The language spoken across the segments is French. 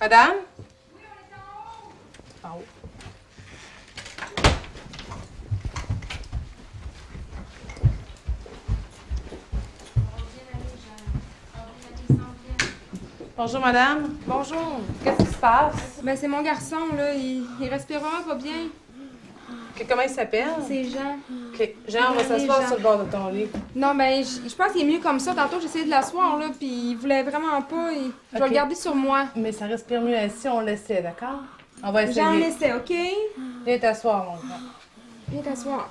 Madame? Bonjour, madame. Bonjour. Qu'est-ce qui se passe? Ben, c'est mon garçon, là. Il, il respire vraiment pas bien. Que- comment il s'appelle? C'est Jean. OK. Jean, on va s'asseoir Jean. sur le bord de ton lit. Non, ben, je je pense qu'il est mieux comme ça. Tantôt, j'ai essayé de l'asseoir, là, puis il voulait vraiment pas. Il- Je vais Ok. le garder sur moi. Mais ça respire mieux ainsi, on l'essaie, d'accord? On va Jean, essayer. laissez, OK? Viens t'asseoir, mon grand. Viens t'asseoir.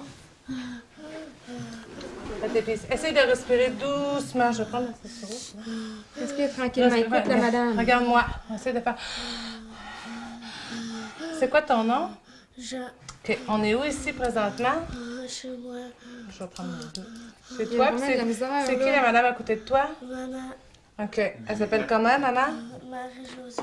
Fais tes pistes. Essaye de respirer doucement. Je vais prendre la sèche Respire tranquillement. Écoute, la madame. Regarde-moi. Essaye de faire... C'est quoi ton nom? Je OK. On est où ici, présentement? rentre chez moi. Je vais prendre les deux. C'est Il y a toi, vraiment puis de la misère, c'est... C'est qui là. la madame à côté de toi? Maman, OK. Elle s'appelle comment, maman? Marie-Josée.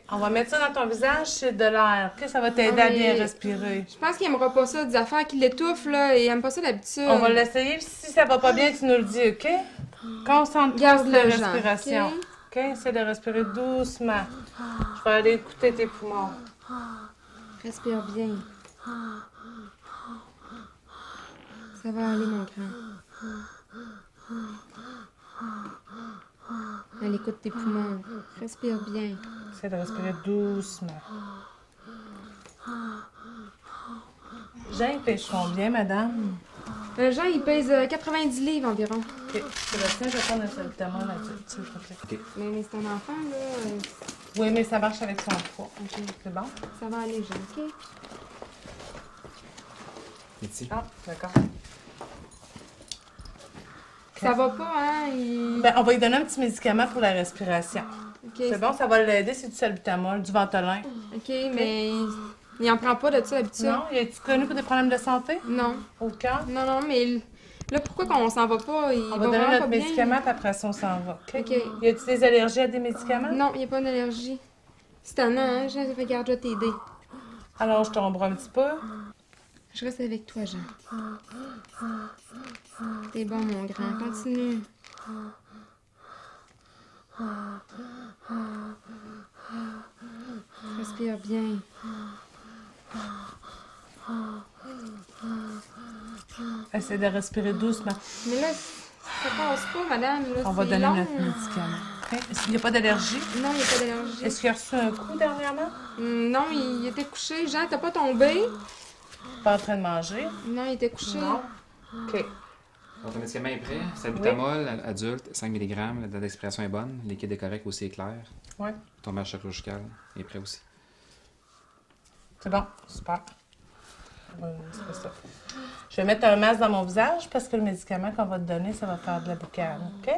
OK. On va mettre ça dans ton visage, c'est de l'air. OK, ça va t'aider à Ah, mais- bien respirer. Je pense qu'il aimera pas ça, des affaires qui l'étouffent, là. Il aime pas ça d'habitude. On va l'essayer, puis si ça va pas bien, tu nous le dis, OK? Concentre-toi sur Garde la le genre, respiration. OK? OK? Essaie de respirer doucement. Je vais aller écouter tes poumons. Respire bien. Ça va aller, mon grand. Elle écoute tes poumons. Respire bien. Essaie de respirer doucement. Jean, il pêche combien, madame? Euh, Jean, il pèse euh, 90 livres environ. OK. Sébastien, je vais prendre un salutement là-dessus, s'il te plaît. Mais, mais c'est ton enfant, là. euh, Oui, mais ça marche avec son poids. OK. C'est bon? Ça va aller, Jean, OK? Ici. Ah, d'accord. Ça va pas, hein? Il... Ben, on va lui donner un petit médicament pour la respiration. OK, C'est c'est- bon, ça va l'aider, c'est du salbutamol, du ventolin. OK, mais il... il en prend pas de ça d'habitude. Non, es-tu connu pour des problèmes de santé? Non. Au cœur? Non, non, mais il- là, pourquoi qu'on s'en va pas? Il On va va donner vraiment notre pas bien. médicament, puis après ça, on s'en va. OK? OK. Y a-tu des allergies à des médicaments? Non, il n'y a pas d'allergie. C'est un an, hein? Je regarde, je vais t'aider. Alors, je tombe un petit peu. Je reste avec toi, Jean. T'es bon, mon grand. Continue. Respire bien. Essaie de respirer doucement. Mais là, ça passe pas, madame. Là, On va c'est donner long. notre médicament. OK? Est-ce qu'il n'y a pas d'allergie? Non, il n'y a pas d'allergie. Est-ce qu'il a reçu un coup dernièrement? Hum, Non, il il était couché. Jean, t'as pas tombé? Pas en train de manger? Non, il était couché. Non. OK. Bon, ton médicament est prêt. Salbutamol, al- adulte, 5 mg. La date d'expiration est bonne. Le liquide est correct aussi est clair. Ouais. Ton match chirurgical est prêt aussi. C'est bon. Super. Euh, c'est ça. Je vais mettre un masque dans mon visage parce que le médicament qu'on va te donner, ça va faire de la boucane. OK?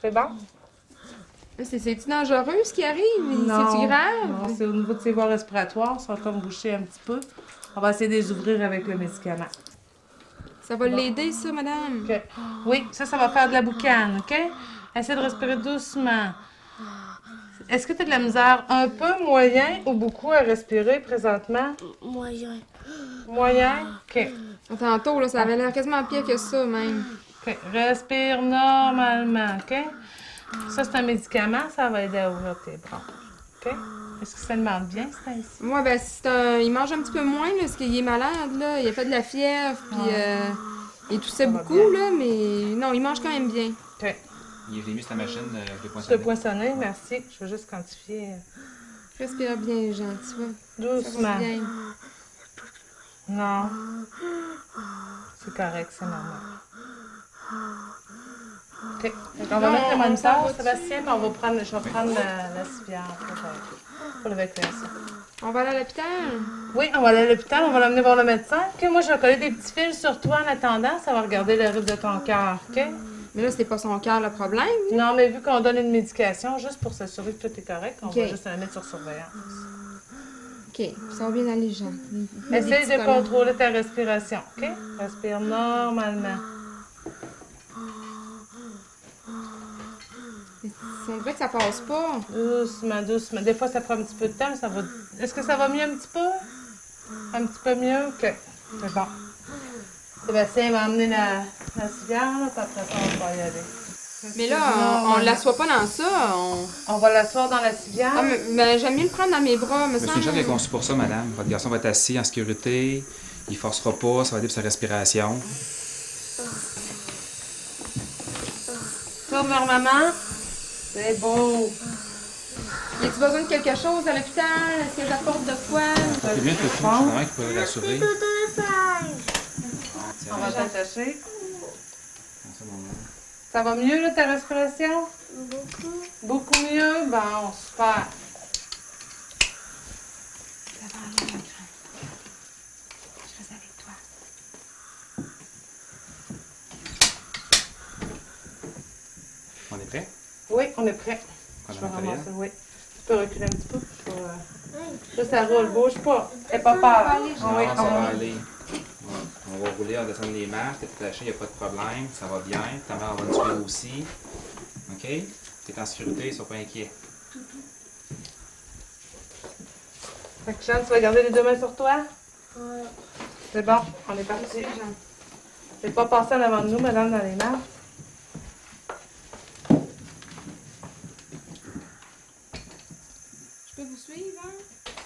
C'est bon? Ah, C'est- C'est-tu dangereux ce qui arrive? Non. C'est-tu Non, grave? c'est au niveau de ses voies respiratoires, sont comme bouchées un petit peu. On va essayer de les ouvrir avec le médicament. Ça va l'aider, ça, madame? OK. Oui, ça, ça va faire de la boucane, OK? Essaie de respirer doucement. Est-ce que tu as de la misère un peu, moyen ou beaucoup à respirer présentement? Moyen. Moyen? OK. Tantôt, là, ça avait l'air quasiment pire que ça, même. OK. Respire normalement, OK? Ça, c'est un médicament, ça va aider à ouvrir tes bronches. OK? Est-ce que ça demande bien, c'est ainsi? Moi, ben, c'est un... il mange un petit peu moins, là, parce qu'il est malade, là. Il a fait de la fièvre, puis euh, il toussait va beaucoup, là, mais non, il mange quand même bien. OK. Il est mis sur ta machine euh, avec Je le te poinçonnet. poinçonner, merci. Je veux juste quantifier euh, Respire bien, Jean, tu vois. Ça va doucement. bien. Non. C'est correct, c'est normal. OK. Donc, on va Non, mettre le on s'en moniteur, va Sébastien, puis on va prendre, je vais prendre la, la civière pour, pour l'évacuation. On va aller à l'hôpital? Oui, on va aller à l'hôpital, on va l'emmener voir le médecin. OK, moi, je vais coller des petits fils sur toi en attendant, ça va regarder le rythme de ton cœur, OK? Mais là, c'était pas son cœur le problème. Non, mais vu qu'on donne une médication, juste pour s'assurer que tout est correct, on va OK. juste la mettre sur surveillance. OK, ça va bien aller, Jean. Il- il- Essaye il- de contrôler ta respiration, OK? Respire normalement. On dirait que ça passe pas. Doucement, doucement. Des fois, ça prend un petit peu de temps. mais Ça va... Est-ce que ça va mieux un petit peu? Un petit peu mieux? OK. C'est bon. Sébastien va emmener la, la civière, là, puis après ça, on va y aller. Mais là, on, on l'assoit pas dans ça. On... On va l'asseoir dans la civière. Ah, mais, mais j'aime mieux le prendre dans mes bras, me Mais C'est une chaise qui est semble. conçue pour ça, madame. Votre garçon va être assis en sécurité, il forcera pas, ça va aider pour sa respiration. Tourne vers maman. C'est beau. Y a-tu besoin de quelque chose à l'hôpital? Est-ce que j'apporte de quoi? C'est bien tout le fond, justement, qui peut le rassurer. On va t'attacher. Tiens, Ça va mieux, là, ta respiration? Beaucoup. Beaucoup mieux? Bon, super. Je reste avec toi. On est prêt? Oui, on est prêt. Prends je la vais matérielle. ramasser, oui. Tu peux reculer un petit peu. je vais, euh, Là, ça roule. Bouge pas. T'es pas peur. Non, Ah oui, ça on va va. aller. Ouais. On va rouler, on va descendre les marches, t'es attaché, il n'y a pas de problème, ça va bien. Ta mère va te tuer aussi. OK? T'es en sécurité, sois pas inquiet. Fait que, Jeanne, tu vas garder les deux mains sur toi? Ouais. C'est bon. On est parti, Jeanne. T'es pas passé en avant de nous, madame, dans les marches. Je peux vous suivre? hein?